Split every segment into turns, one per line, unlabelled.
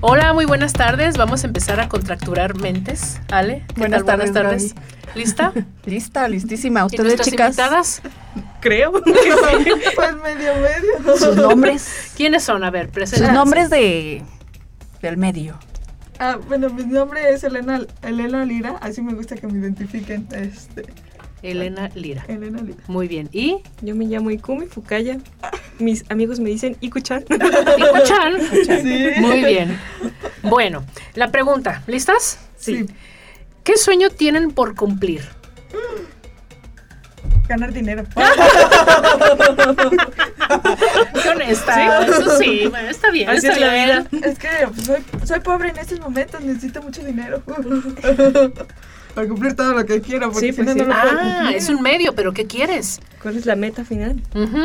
Hola, muy buenas tardes. Vamos a empezar a contracturar mentes. Ale, ¿qué
Buenas
tal?
tardes,
buenas tardes. ¿Lista?
Lista, listísima.
¿Y
Ustedes,
nuestras
chicas,
invitadas? Creo.
pues medio medio. Sus nombres,
¿Quiénes son? A ver,
sus
preséntense.
nombres de del medio.
Ah, bueno, mi nombre es Elena, Elena Lira, así me gusta que me identifiquen. Este,
Elena Lira.
Elena Lira.
Muy bien. ¿Y?
Yo me llamo Ikumi Fukaya. Mis amigos me dicen Ikuchan.
¿Escuchan?
Sí.
Muy bien. Bueno, la pregunta. ¿Listas?
Sí.
¿Qué sueño tienen por cumplir?
Ganar dinero.
Qué honesta. Eso sí, bueno, está bien.
Así
está
es la
bien.
vida.
es que pues, soy, soy pobre en estos momentos, necesito mucho dinero. Para cumplir todo lo que quiero, porque
Sí,
si
pues
no,
sí.
no lo puedo
Ah,
cumplir.
es un medio, pero ¿qué quieres?
¿Cuál es la meta final?
Ujú.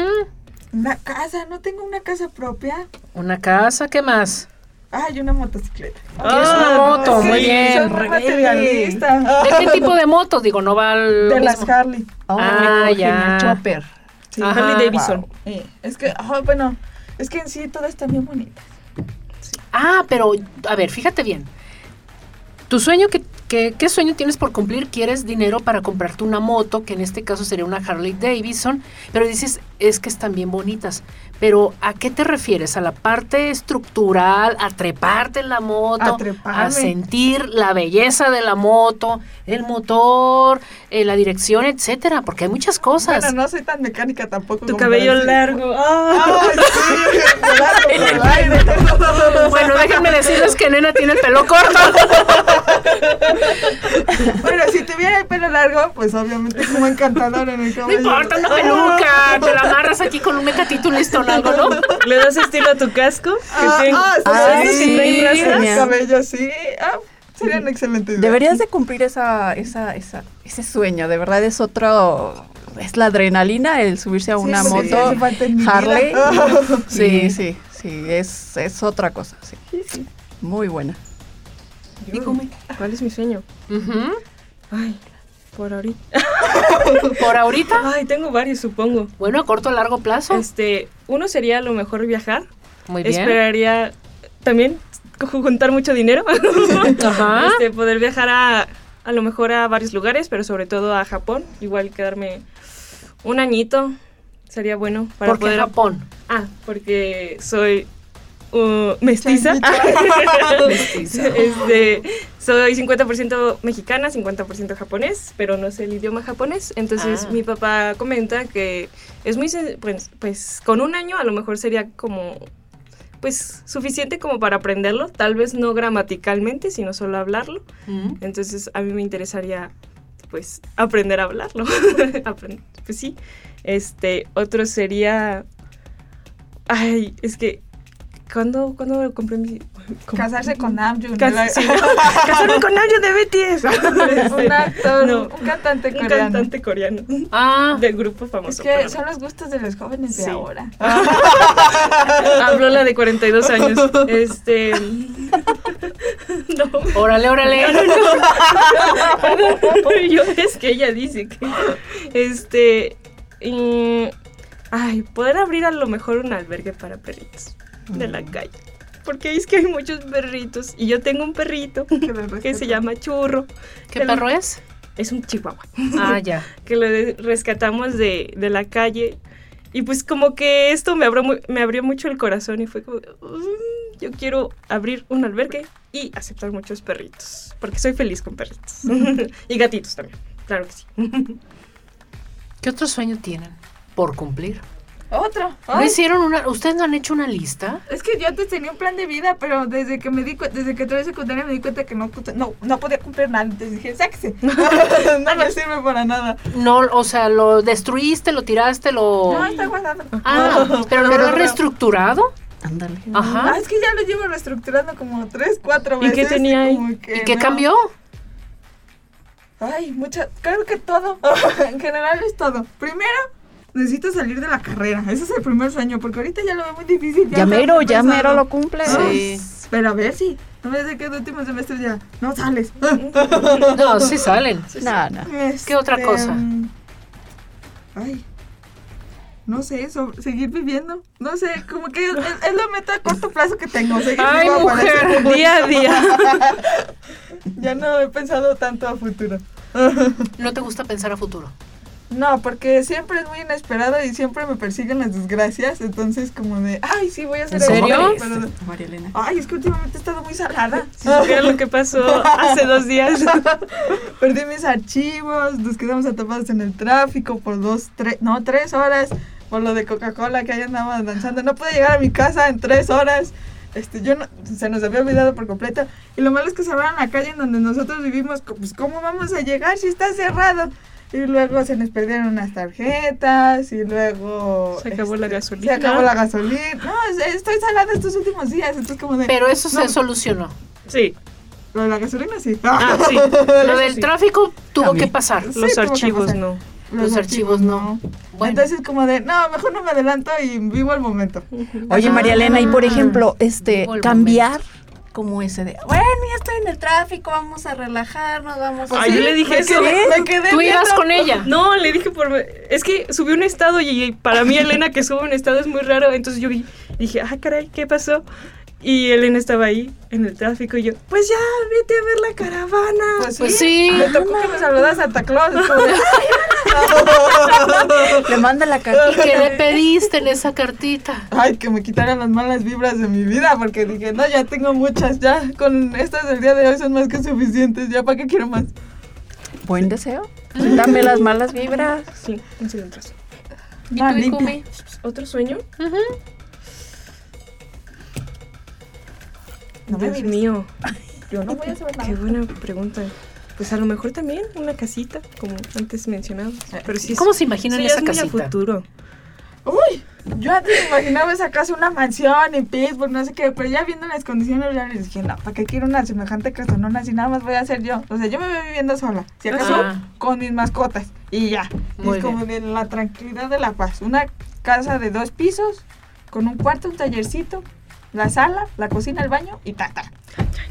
Una casa, no tengo una casa propia.
Una casa, ¿qué más?
Ay, una motocicleta.
Quieres una Ah, moto,
Sí,
muy
Soy
bien.
muy materialista.
¿De qué tipo de moto? Digo, no va al.
De las Harley.
Ah,
Eugenio
ya.
Chopper.
Sí,
Ajá.
Harley Davidson.
Eh, es que, ah, bueno, es que en sí todas están bien bonitas.
Ah, pero, a ver, fíjate bien. ¿Tu sueño que, que- qué sueño tienes por cumplir? ¿Quieres dinero para comprarte una moto, que en este caso sería una Harley Davidson? Pero dices, es que están bien bonitas. Pero, ¿a qué te refieres? ¿A la parte estructural? ¿A treparte en la moto?
A treparme.
¿A sentir la belleza de la moto? ¿El motor? eh, ¿La dirección? Etcétera. Porque hay muchas cosas.
Bueno, no soy tan mecánica tampoco.
Tu
como
cabello
para decir-
largo. Ah.
Ay, sí, me largo por el aire.
Bueno, déjenme decirles que Nena tiene el pelo corto.
Bueno, si tuviera el pelo largo, pues obviamente como encantador en el
No
cabello. Ah,
importa, una peluca. Te la amarras aquí con un mecatito, un listón, algo, ¿no?
Le das estilo a tu casco. Que
Ah,
tiene-
ah, sí,
Ah,
sí,
sí, trae
sí,
rastas.
El cabello sí. Ah, sería una excelente idea.
Deberías de cumplir esa, esa, esa, ese sueño. De verdad es otro, es la adrenalina el subirse a
Sí,
una
porque
moto
hace falta en mi vida.
Harley. Sí,
Sí.
sí, sí, es, es otra cosa. Sí. Muy buena.
Ikumi, ¿Cuál es mi sueño?
Ujú.
Ay, por ahorita.
Por ahorita,
Ay, tengo varios, supongo.
bueno, a corto o largo
Ah.
plazo.
Este, uno sería a lo mejor viajar.
Muy bien.
Esperaría también juntar mucho dinero.
Ajá.
Este, poder viajar a, a lo mejor a varios lugares, pero sobre todo a Japón. Igual quedarme un añito sería bueno para
¿Por qué
poder...
Japón?
Ah, porque soy uh, mestiza. Este, soy 50% mexicana, 50% japonés, pero no sé el idioma japonés. Entonces
Ah.
mi papá comenta que es muy... sen- Pues, pues con un año a lo mejor sería como... Pues suficiente como para aprenderlo, tal vez no gramaticalmente, sino solo hablarlo.
Mm.
Entonces a mí me interesaría pues aprender a hablarlo. Aprend- pues sí. Este, otro sería Ay, es que ¿cuándo cuando compré mi
Casarse con Namjoon.
Cas- sí, casarme con alguien de BTS?
Un actor,
No.
un cantante
Un
coreano.
cantante coreano
Ah,
de grupo famoso.
Es
pero
que son los gustos de los jóvenes de
Sí.
ahora.
no. Habló la de 42 años. Este No.
órale, órale.
Yo es que ella dice que este mm, ay, poder abrir a lo mejor un albergue para perritos de la calle. Porque es que hay muchos perritos y yo tengo un perrito
lo
que se
respetan.
llama Churro.
¿Qué perro es?
Es un chihuahua.
Ah, ya.
que lo de- rescatamos de, de la calle. Y pues como que esto me abrió, mu- me abrió mucho el corazón y fue como, "Mm, yo quiero abrir un albergue y aceptar muchos perritos, porque soy feliz con perritos. y gatitos también, claro que sí.
¿Qué otro sueño tienen por cumplir?
Otro.
¿No
Ay,
hicieron una? ¿Ustedes no han hecho una lista?
Es que yo antes tenía un plan de vida, pero desde que me di cu- desde que entré a secundaria me di cuenta que no, cu- no, no podía cumplir nada. Entonces dije, sáquese. no me sirve para nada.
No, o sea, ¿lo destruiste, lo tiraste, lo...?
No, está guardado.
Ah, ¿pero lo
Pero
has
no.
reestructurado?
Ándale.
Ah,
Ajá.
es que ya lo llevo reestructurando como tres, cuatro
¿Y
veces.
qué tenía ahí?
como que
¿Y qué
no.
cambió?
Ay, mucha. Creo que todo. en general es todo. Primero, necesito salir de la carrera. Ese es el primer sueño, porque ahorita ya lo veo muy difícil.
Ya mero, ya mero lo cumple.
Sí. Pero a ver si. No me dice que en el último semestre ya. No sales.
No, sí salen.
No, no.
¿Qué otra
Este,
cosa?
mm, Ay. No sé, so- seguir viviendo. No sé, como que es, es- es la meta a corto plazo que tengo. Seguir
Ay,
viva para
mujer,
ese momento.
Día a día.
Ya no he pensado tanto a futuro.
No te gusta pensar a futuro.
No, porque siempre es muy inesperado y siempre me persiguen las desgracias. Entonces, como de, ay, sí, voy a hacer
¿En
esto,
serio?
pero-
María Elena.
ay, es que últimamente he estado muy salada.
Si supieran lo que pasó hace dos días.
Perdí mis archivos, nos quedamos atrapados en el tráfico por dos, tres, no, tres horas, por lo de Coca-Cola que ahí andábamos danzando. No pude llegar a mi casa en tres horas. Este, yo no- se nos había olvidado por completo. Y lo malo es que cerraron la calle en donde nosotros vivimos. co- Pues, ¿cómo vamos a llegar si está cerrado? Y luego se nos perdieron unas tarjetas y luego... este,
Se acabó la gasolina.
Se acabó la gasolina. No, es- estoy salada estos últimos días. Entonces, como de...
Pero eso se
No.
solucionó.
Sí,
Lo de la gasolina, sí.
Ah, sí.
Lo del tráfico tuvo que
También.
pasar.
Sí,
los
tuvo que
archivos
pasar.
no.
Los archivos no. Bueno.
Pues, Entonces como de, no, mejor no me adelanto y vivo el momento.
Oye, María Elena, y por ejemplo, este,
Volvame.
cambiar como ese de, bueno, ya estoy en el tráfico, vamos a relajarnos, vamos a...
Ay, Ah, yo le dije
Pues me
eso.
quedé- me quedé
Tú ibas
viendo-
con ella.
No, le dije por... Es que subió un estado y y para mí Elena que sube un estado es muy raro. Entonces yo vi- dije, ah, caray, ¿qué pasó? Y Elena estaba ahí en el tráfico y yo, pues ya, vete a ver la caravana.
Pues sí.
Me tocó que me saludara Santa Claus. es como de,
Le manda la carta.
¿Y qué le pediste en esa cartita?
Ay, que me quitaran las malas vibras de mi vida, porque dije, no, ya tengo muchas, ya con estas del día de hoy son más que suficientes, ya para qué quiero más.
Buen deseo. Dame las malas vibras.
Sí, un cilantrazo.
¿Y
Ah,
tú,
limpia.
Ikumi?
¿Otro sueño?
Ujú.
No me
Dios
mires.
mío,
Yo no voy a saber
qué buena pregunta. Pues a lo mejor también una casita, como antes mencionamos.
Ah,
Pero sí es-
¿Cómo se imaginan
sí,
esa
es muy a
casita?
futuro.
Uy, yo antes me imaginaba esa casa, una mansión en Pittsburgh, no sé qué, pero ya viendo las condiciones reales dije, no, ¿para qué quiero una semejante casa? No, así nada más voy a hacer yo. O sea, yo me veo viviendo sola, si acaso
Ah.
con mis mascotas y ya. Y
Muy
es como de la tranquilidad de la paz. Una casa de dos pisos, con un cuarto, un tallercito, la sala, la cocina, el baño y ta, ta.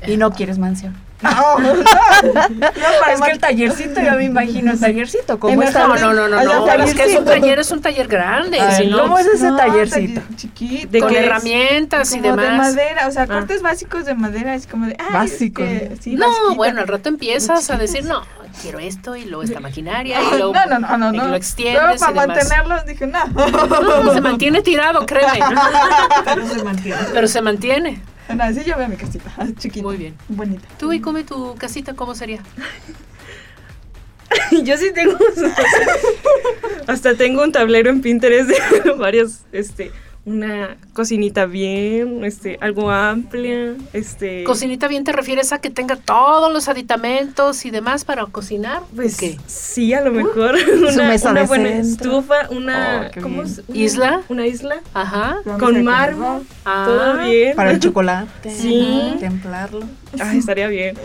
Y no quieres mansión.
No, no, no, para
Es que el tallercito, yo me imagino el tallercito. ¿Cómo
En el
está?
No, no, no, no,
Allá
no.
está
Es que es un
Virgilio.
taller, es un taller grande.
Ay,
si no,
¿Cómo es ese
No,
tallercito?
taller Chiquito.
¿De
con
qué es?
herramientas y
como de
demás.
madera, o sea, cortes básicos de madera, es como de... ay,
Básicos.
este, sí,
No,
basiquita.
bueno, al rato empiezas a decir, no, quiero esto y luego esta maquinaria y
No,
luego
no, no, no.
y
no.
lo extiendes
Luego para
y demás.
mantenerlos dije, no.
No, se mantiene tirado, créeme.
Pero se mantiene.
Pero se mantiene.
Bueno, así yo veo mi casita, así chiquita.
Muy bien.
Bonita.
Tú y come tu casita, ¿cómo sería?
Yo sí tengo. Hasta tengo un tablero en Pinterest de varios, este, una cocinita bien, este, algo amplia, este.
Cocinita bien te refieres a que tenga todos los aditamentos y demás para cocinar.
Pues
¿Qué?
sí, a lo mejor. una
mesa
una
de
buena
centro.
estufa, una,
Oh, qué
¿cómo
bien.
es? Una-
¿Isla?
Una isla.
Ajá.
Con mármol.
Ah.
Todo bien.
Para el chocolate.
Em, Sí.
Templarlo.
Ay, estaría bien.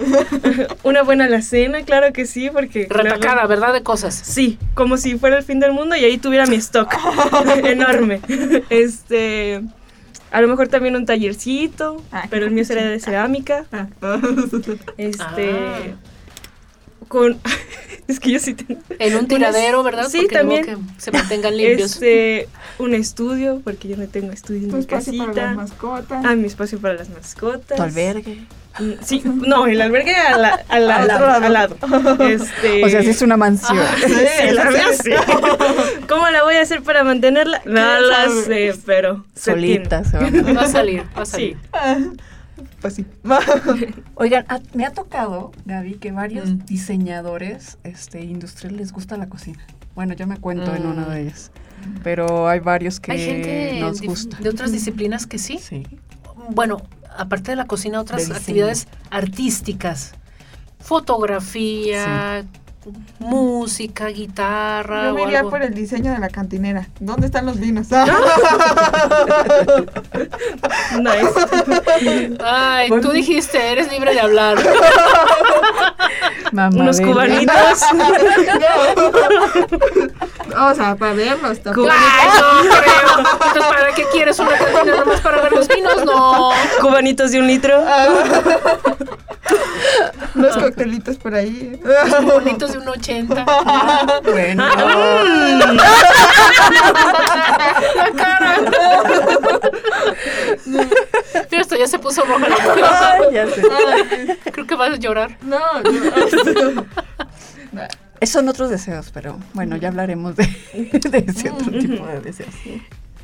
una buena alacena, claro que sí, porque. luego-
Retacada, ¿verdad? De cosas.
Sí, como si fuera el fin del mundo y ahí tuviera mi stock enorme. Este, a lo mejor también un tallercito,
Ah,
pero el mío sería de cerámica.
Ah.
Este,
Ah.
con es que yo sí tengo
En un tiradero, ¿verdad?
Sí,
Porque luego que
también.
se mantengan limpios.
este un estudio porque yo no tengo estudio en
Tu
mi
espacio para las
casita.
mascotas.
Ah, mi espacio para las mascotas.
Tu albergue.
Mm, Sí, no, el albergue a la- a la-
Al
al
lado.
lado. Al lado. Este,
O sea, sí es una mansión.
Sí, la verdad, sí. ¿Cómo la voy a hacer para mantenerla? No la sé, pero. se
Solita
tiene.
se va a
Va a salir, va a
Sí.
salir.
Ah, Pues sí.
Oigan, a- me ha tocado, Gaby, que varios diseñadores este, industriales les gusta la cocina. Bueno, yo me cuento en
Mm.
una de ellas. Pero hay varios que
Hay gente
nos
dif-
gusta.
de otras disciplinas que sí.
Sí.
Bueno, aparte de la cocina, otras
diseño.
actividades artísticas. Fotografía, música, guitarra.
Yo me
o
iría
algo. Ah.
por el diseño de la cantinera. ¿Dónde están los vinos?
Nice.
Ay, tú dijiste, eres libre de hablar.
Mamá
unos
verga.
cubanitos.
O sea, para verlos tampoco.
Ay, no creo. Entonces, ¿para qué quieres una cantina nomás para ver los pinos? No.
cubanitos de un litro.
Unos coctelitos por ahí.
Bonitos de un 80.
Bueno.
La cara. Pero esto ya se puso roja la mujer.
Ay, ya sé.
Creo que vas a llorar.
No, no.
Esos son otros deseos, pero bueno, ya hablaremos de, de ese otro tipo de deseos.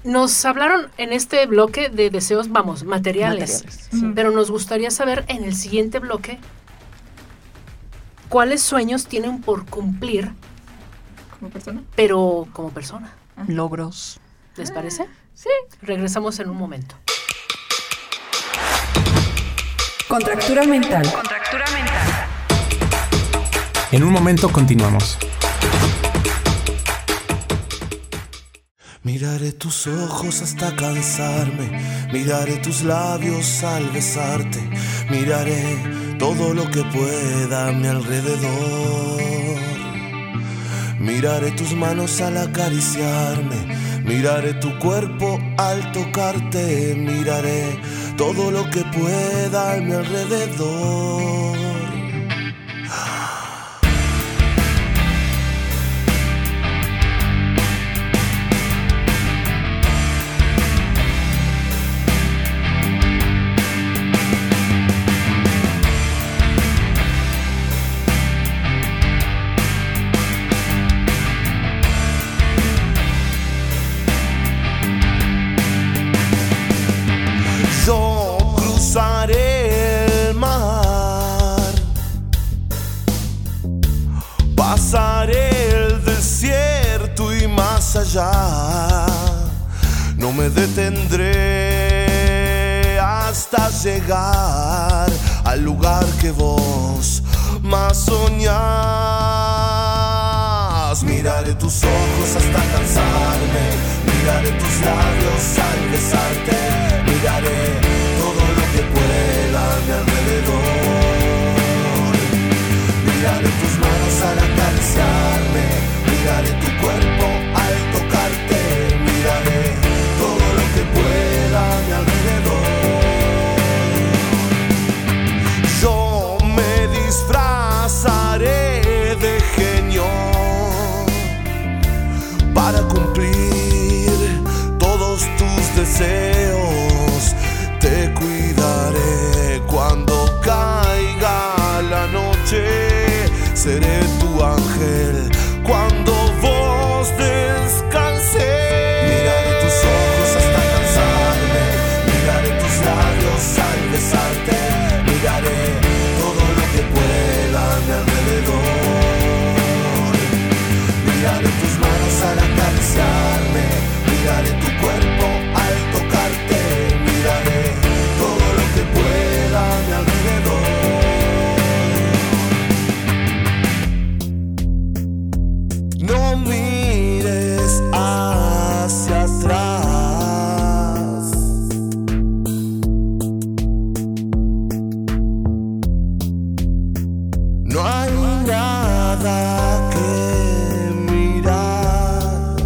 Nos hablaron en este bloque de deseos, vamos, materiales.
Materiales.
Mm.
Pero nos gustaría saber en el siguiente bloque cuáles sueños tienen por cumplir,
Como persona.
pero como persona.
Logros.
¿Les parece? Sí. Regresamos en un momento.
Contractura mental.
En un momento continuamos.
Miraré tus ojos hasta cansarme, miraré tus labios al besarte, miraré todo lo que pueda a mi alrededor. Miraré tus manos al acariciarme, miraré tu cuerpo al tocarte, miraré todo lo que pueda a mi alrededor. Yo cruzaré el mar, pasaré el desierto y más allá. No me detendré hasta llegar al lugar que vos más soñás. Miraré tus ojos hasta cansarme, miraré tus labios al besarte, miraré todo lo que pueda a mi alrededor. Miraré tus manos al acariciarme, miraré tu cuerpo al tocarte, miraré todo lo que pueda a mi alrededor. Yo me disfrazaré de genio para cumplir todos tus deseos. Te cuidaré cuando caiga la noche. Seré tu ángel cuando vos descanses. Miraré tus ojos hasta cansarme, miraré tus labios al besarte, miraré todo lo que pueda a mi alrededor. Miraré tus manos al acariciarme, miraré tu cuerpo al tocarte, miraré todo lo que pueda a mi alrededor. No mires hacia atrás. No hay nada que mirar.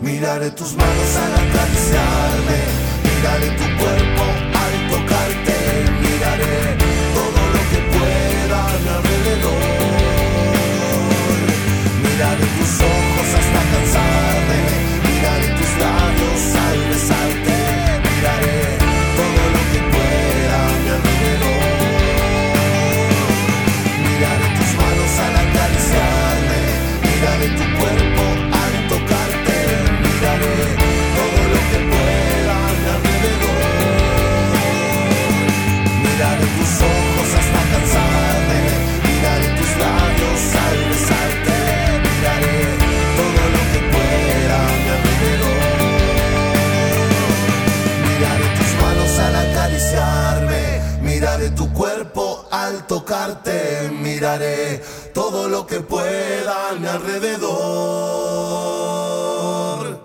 Miraré tus manos al acariciarme, miraré tu cuerpo al tocarte, miraré todo lo que pueda a mi alrededor. Miraré tus ojos hasta cansarme, miraré tus labios al besarte, miraré todo lo que pueda a mi alrededor. Miraré tus manos al acariciarme, miraré tu cuerpo al tocarte, miraré todo lo que pueda a mi alrededor. recordarte, miraré todo lo que pueda a mi alrededor.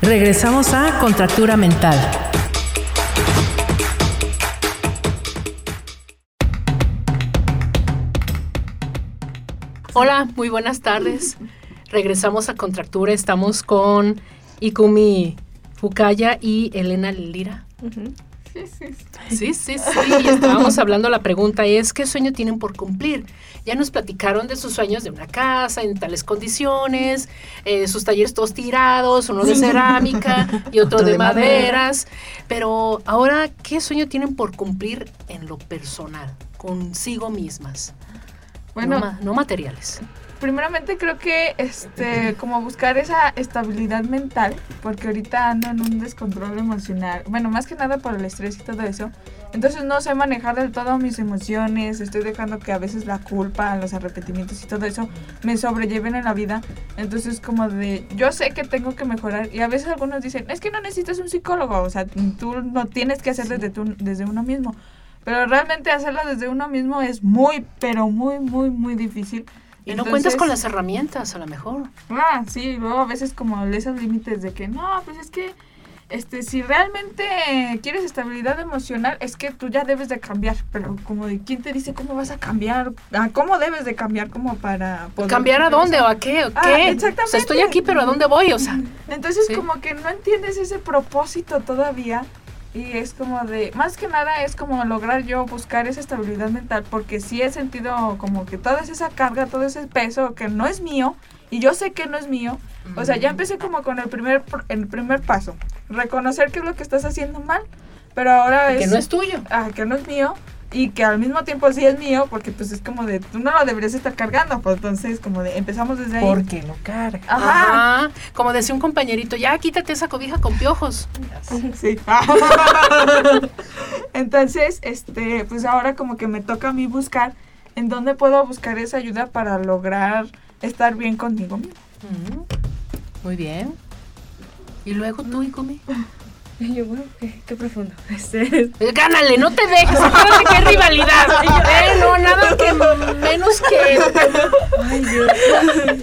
Regresamos a Contractura Mental.
Hola, muy buenas tardes. Regresamos a Contractura. Estamos con Ikumi Fukaya y Elena Lira. Sí, sí, sí. y Estábamos hablando, la pregunta es, ¿qué sueño tienen por cumplir? Ya nos platicaron de sus sueños de una casa, en tales condiciones, eh, sus talleres todos tirados, uno de cerámica y otro,
Otro
de,
de madera.
maderas. Pero ahora, ¿qué sueño tienen por cumplir en lo personal, consigo mismas?
Bueno,
no, ma- no materiales.
primeramente creo que este como buscar esa estabilidad mental porque ahorita ando en un descontrol emocional bueno más que nada por el estrés y todo eso entonces no sé manejar del todo mis emociones estoy dejando que a veces la culpa los arrepentimientos y todo eso me sobrelleven en la vida entonces como de yo sé que tengo que mejorar y a veces algunos dicen es que no necesitas un psicólogo o sea tú no tienes que hacer desde tú- desde uno mismo pero realmente hacerlo desde uno mismo es muy pero muy muy muy difícil
Y no cuentas
Entonces-
con las herramientas, a lo mejor.
Ah, sí, y luego a veces como esos límites de que no, pues es que este si realmente quieres estabilidad emocional es que tú ya debes de cambiar, pero como de quién te dice cómo vas a cambiar, Ah, cómo debes de cambiar como para poder
¿Cambiar a dónde o a qué? ¿O qué?
Ah,
O sea, estoy
exactamente.
aquí, pero ¿a dónde voy? O sea,
Entonces
Sí.
como que no entiendes ese propósito todavía y es como de, más que nada es como lograr yo buscar esa estabilidad mental porque sí he sentido como que toda esa carga, todo ese peso que no es mío y yo sé que no es mío. O sea, ya empecé como con el primer, pr- el primer paso, reconocer qué es lo que estás haciendo mal, pero ahora es...
que no es tuyo.
ah, que no es mío y que al mismo tiempo sí es mío porque pues es como de, tú no lo deberías estar cargando, pues entonces como de, empezamos desde ahí.
Porque lo carga.
Ajá.
Ajá. Como decía un compañerito, ya quítate esa cobija con piojos.
Sí. Entonces, este, pues ahora como que me toca a mí buscar en dónde puedo buscar esa ayuda para lograr estar bien conmigo misma.
Mm, Muy bien. Y luego tú, Ikumi.
Y yo, wow, qué, qué profundo. Este,
Eh, Gánale, no te dejes. Acuérdate que es rivalidad. Eh, no, nada que menos que.
ay, Dios.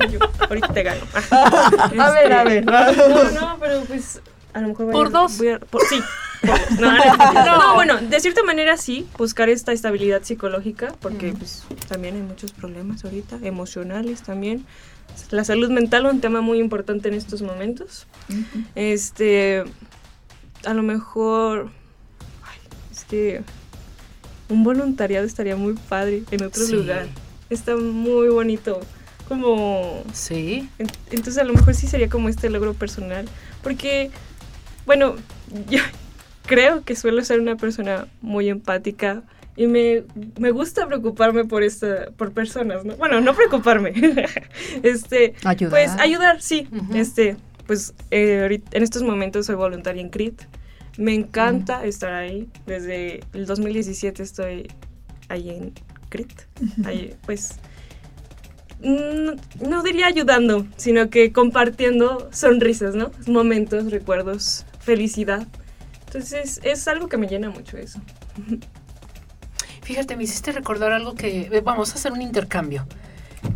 Y yo, ahorita te gano.
A ver, a ver.
No, no, pero pues a lo mejor voy
Por
a-
dos.
voy a- por- sí. por dos. No, no, no. No, bueno, de cierta manera sí, buscar esta estabilidad psicológica, porque pues también hay muchos problemas ahorita, emocionales también. La salud mental un tema muy importante en estos momentos. Este, a lo mejor, ay, es que un voluntariado estaría muy padre en otro
Sí.
lugar. Está muy bonito, como
Sí.
en- Entonces a lo mejor sí sería como este logro personal, porque, bueno, yo creo que suelo ser una persona muy empática y me, me gusta preocuparme por esta, por personas, ¿no? Bueno, no preocuparme, este,
Ayudar.
pues ayudar, sí,
Ujú.
este, pues eh, ahorita- en estos momentos soy voluntaria en CRIT, me encanta estar ahí, desde el 2017 estoy ahí en CRIT, ahí, pues no, no diría ayudando, sino que compartiendo sonrisas, ¿no? Momentos, recuerdos, felicidad. Entonces es algo que me llena mucho eso.
Fíjate, me hiciste recordar algo que eh, vamos a hacer un intercambio.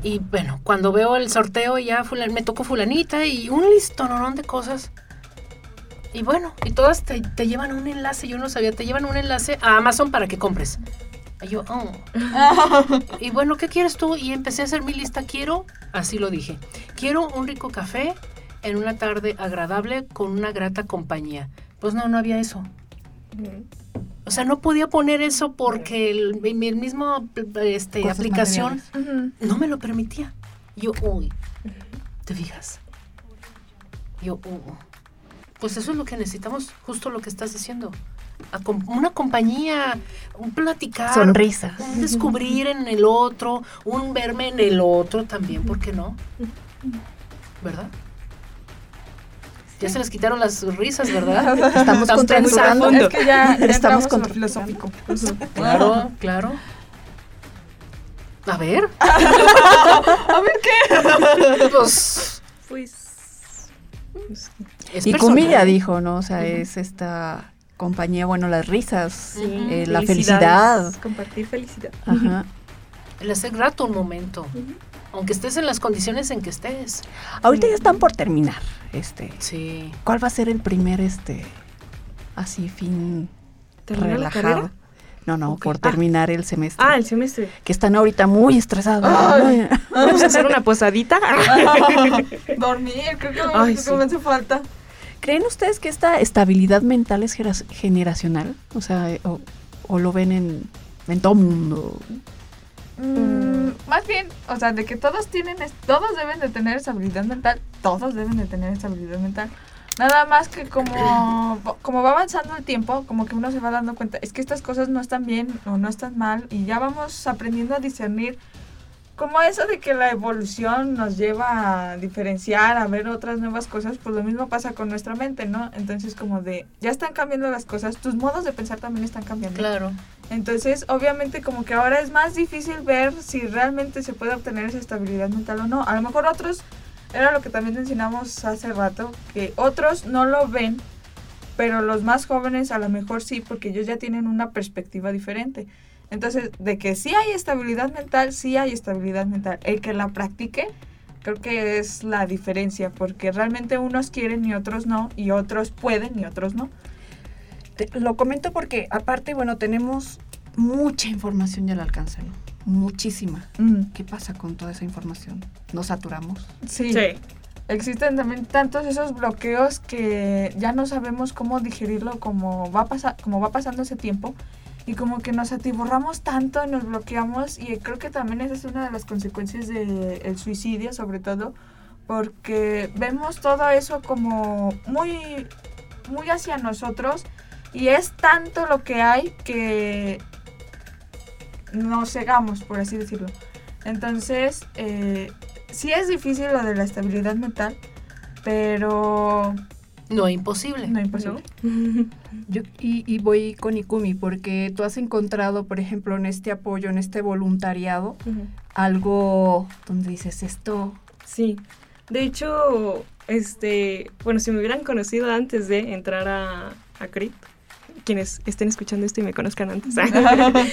Y bueno, cuando veo el sorteo ya fulan- me tocó fulanita y un listononón de cosas. Y bueno, y todas te, te llevan un enlace, yo no sabía, te llevan un enlace a Amazon para que compres. Y yo, oh. y bueno, ¿qué quieres tú? Y empecé a hacer mi lista, quiero, así lo dije, quiero un rico café en una tarde agradable con una grata compañía. Pues no, no había eso. O sea, no podía poner eso porque el, mi mi mismo este,
Cosas
aplicación
materiales.
no me lo permitía. Yo, uy, ¿te fijas? Yo, uy, uy. pues eso es lo que necesitamos, justo lo que estás diciendo. Acom- Una compañía, un platicar,
Sonrisas.
un descubrir en el otro, un verme en el otro también, ¿por qué no? ¿Verdad? Ya se les quitaron las risas, ¿verdad?
Estamos
Están
contraturando.
pensando.
Este, Es que ya ya
Estamos
entramos a lo
contra-
filosófico.
Claro, claro. A ver. A ver qué. Pues.
Pues. pues,
es
Y
personal.
Kumi ya dijo, ¿no? O sea, es esta compañía, bueno, las risas, eh, la felicidad.
felicidades, Compartir felicidad.
Ajá.
El hacer grato un momento. Aunque estés en las condiciones en que estés.
Ahorita ya están por terminar. Este,
Sí.
¿cuál va a ser el primer este así fin
¿Termina la
relajado?
carrera?
No, no,
Ok.
por
Ah.
terminar el semestre.
Ah, el semestre.
Que están ahorita muy estresados. Muy-
Vamos a hacer una posadita.
Dormir, creo que lo
Ay,
único
sí.
que me hace falta.
¿Creen ustedes que esta estabilidad mental es geras- generacional? O sea, eh, o, o lo ven en, en todo mundo.
Mm, más bien, o sea, de que todos tienen, es- todos deben de tener esa habilidad mental, todos deben de tener esa habilidad mental. Nada más que como, como va avanzando el tiempo, como que uno se va dando cuenta, es que estas cosas no están bien o no están mal y ya vamos aprendiendo a discernir como eso de que la evolución nos lleva a diferenciar, a ver otras nuevas cosas, pues lo mismo pasa con nuestra mente, ¿no? Entonces como de, ya están cambiando las cosas, tus modos de pensar también están cambiando.
Claro.
Entonces, obviamente, como que ahora es más difícil ver si realmente se puede obtener esa estabilidad mental o no. A lo mejor otros, era lo que también mencionamos hace rato, que otros no lo ven, pero los más jóvenes a lo mejor sí, porque ellos ya tienen una perspectiva diferente. Entonces, de que sí hay estabilidad mental, sí hay estabilidad mental. El que la practique, creo que es la diferencia, porque realmente unos quieren y otros no, y otros pueden y otros no.
Te- lo comento porque aparte, bueno, tenemos mucha información ya al alcance, ¿no? Muchísima. ¿Qué pasa con toda esa información? ¿Nos saturamos?
Sí.
Existen también tantos esos bloqueos que ya no sabemos cómo digerirlo como va, pasa- como va pasando ese tiempo y como que nos atiborramos tanto, nos bloqueamos y creo que también esa es una de las consecuencias del suicidio sobre todo porque vemos todo eso como muy, muy hacia nosotros y es tanto lo que hay que nos cegamos, por así decirlo. Entonces, eh, sí es difícil lo de la estabilidad mental, pero
No es imposible.
no imposible.
Yo, y, y voy con Ikumi, porque tú has encontrado, por ejemplo, en este apoyo, en este voluntariado, algo donde dices esto.
Sí. De hecho, este, bueno, si me hubieran conocido antes de entrar a, a CRIT, quienes estén escuchando esto y me conozcan antes,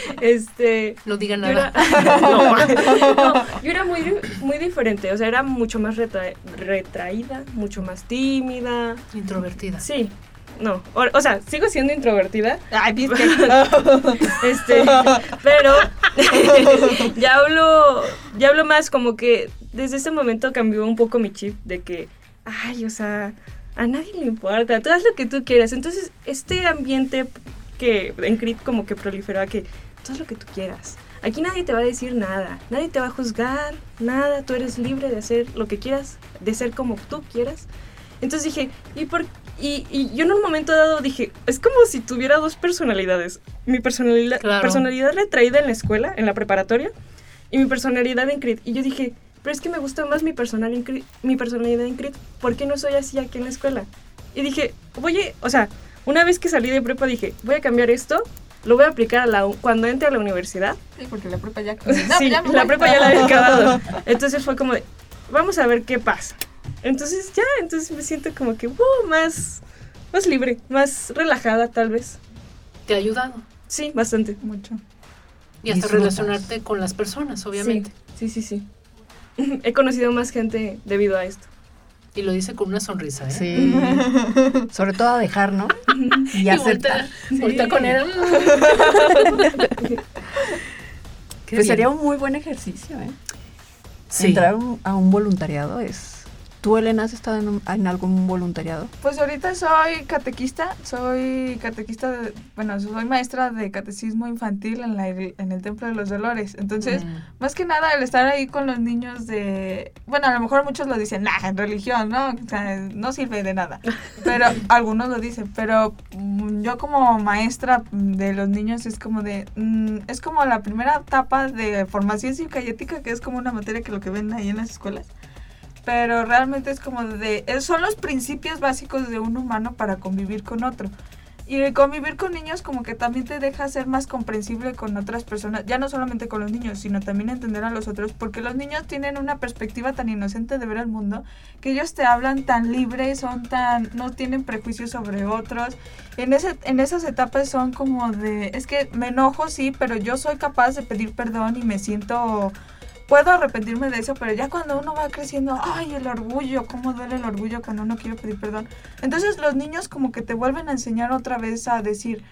este,
No digan
yo
nada.
era, No, yo era muy, di- muy diferente, o sea, era mucho más retra- retraída, mucho más tímida.
Introvertida.
Sí, no, o, o sea, sigo siendo introvertida,
Ay, viste.
este, pero ya hablo, ya hablo más como que desde ese momento cambió un poco mi chip de que, ay, o sea, a nadie le importa, tú haz lo que tú quieras. Entonces, este ambiente que en Crit como que proliferó a que tú haz lo que tú quieras. Aquí nadie te va a decir nada, nadie te va a juzgar, nada, tú eres libre de hacer lo que quieras, de ser como tú quieras. Entonces dije, ¿y por y, y yo en un momento dado dije, es como si tuviera dos personalidades. Mi personalidad,
Claro.
personalidad retraída en la escuela, en la preparatoria, y mi personalidad en Crit. Y yo dije, pero es que me gusta más mi, personal en Creed- mi personalidad en Crit. ¿Por qué no soy así aquí en la escuela? Y dije, oye, o sea, una vez que salí de prepa dije, voy a cambiar esto, lo voy a aplicar a la, u- cuando entre a la universidad.
Sí, porque la prepa ya.
sí,
pues ya me
la
voy.
prepa ya la había acabado. Entonces fue como de, vamos a ver qué pasa. Entonces ya, entonces me siento como que, "Wow, más, más libre, más relajada tal vez.
Te ha ayudado.
Sí, bastante.
Mucho.
Y hasta
Disfrutas.
relacionarte con las personas, obviamente.
Sí, sí, sí. sí. He conocido más gente debido a esto.
Y lo dice con una sonrisa, ¿eh?
Sí. Sobre todo a dejar, ¿no? Y,
Y
aceptar.
voltea, voltea con él. Qué bien.
Pues sería un muy buen ejercicio, ¿eh?
Sí.
Entrar a un- a un voluntariado es... ¿Tú, Elena, has estado en, un- en algún voluntariado?
Pues ahorita soy catequista, soy catequista, de- bueno, soy maestra de catecismo infantil en, la, igre- en el Templo de los Dolores. Entonces,
Mm.
más que nada el estar ahí con los niños de, bueno, a lo mejor muchos lo dicen, nah, en religión, ¿no? O sea, no sirve de nada. Pero algunos lo dicen, pero mm, yo como maestra mm, de los niños es como de, mm, es como la primera etapa de formación psicoética, que es como una materia que lo que ven ahí en las escuelas. pero realmente es como de, es- son los principios básicos de un humano para convivir con otro. Y el convivir con niños como que también te deja ser más comprensible con otras personas, ya no solamente con los niños, sino también entender a los otros, porque los niños tienen una perspectiva tan inocente de ver el mundo, que ellos te hablan tan libre, son tan, no tienen prejuicios sobre otros. En, ese, en esas etapas son como de, es que me enojo, sí, pero yo soy capaz de pedir perdón y me siento puedo arrepentirme de eso, pero ya cuando uno va creciendo, ay, el orgullo, cómo duele el orgullo cuando uno quiere pedir perdón. Entonces los niños como que te vuelven a enseñar otra vez a decir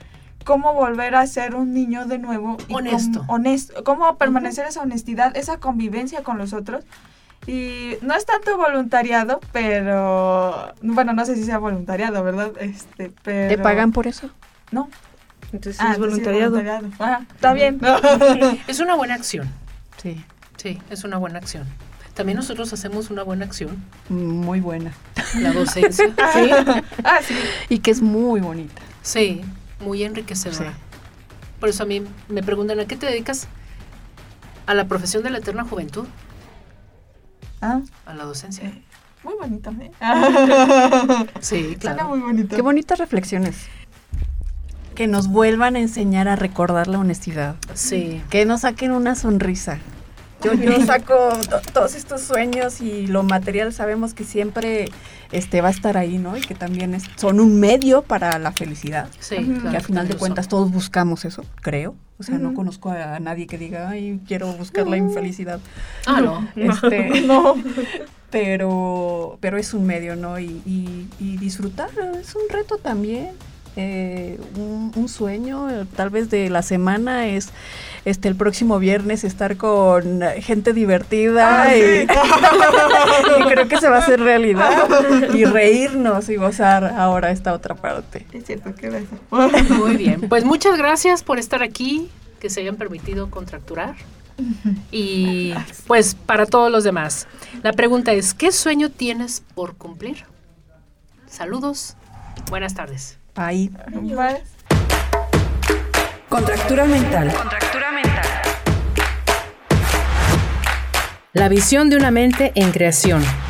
cómo volver a ser un niño de nuevo. y cómo-
Honesto.
honesto, cómo permanecer esa honestidad, esa convivencia con los otros. Y no es tanto voluntariado, pero bueno, no sé si sea voluntariado, ¿verdad? Este, pero
¿Te pagan por eso?
No.
Entonces
Ah, entonces
es
sí
voluntariado.
Ah, está bien.
Mm. Es una buena acción.
Sí.
Sí, es una buena acción. También nosotros hacemos una buena acción,
Muy buena.
la docencia.
Sí.
ah, sí.
y que es muy bonita.
Sí, muy enriquecedora.
Sí.
Por eso a mí me preguntan, ¿a qué te dedicas? A la profesión de la eterna juventud,
Ah,
a la docencia.
Eh,
muy bonito, ¿eh?
Sí,
Suena
claro.
muy bonito.
Qué bonitas reflexiones. Que nos vuelvan a enseñar a recordar la honestidad.
Sí.
Que nos saquen una sonrisa. Yo, yo saco to- todos estos sueños y lo material sabemos que siempre este, va a estar ahí, ¿no? Y que también es- son un medio para la felicidad.
Sí,
Ujú.
claro.
que al final
también
de
lo
cuentas
son.
todos buscamos eso, creo. O sea, no
Ujú.
conozco a, a nadie que diga, ay, quiero buscar la infelicidad.
Ah, no.
Este,
No.
pero, pero es un medio, ¿no? Y, y, y disfrutar es un reto también. Eh, un, un sueño eh, tal vez de la semana es este el próximo viernes estar con eh, gente divertida
Ah,
y,
sí.
y creo que se va a hacer realidad y reírnos y gozar ahora esta otra parte
Es cierto, qué beso.
Muy bien. Pues muchas gracias por estar aquí, que se hayan permitido contracturar. Y pues para todos los demás, la pregunta es, ¿qué sueño tienes por cumplir? Saludos, buenas tardes.
ahí
Bye.
Contractura mental. La visión de una mente en creación.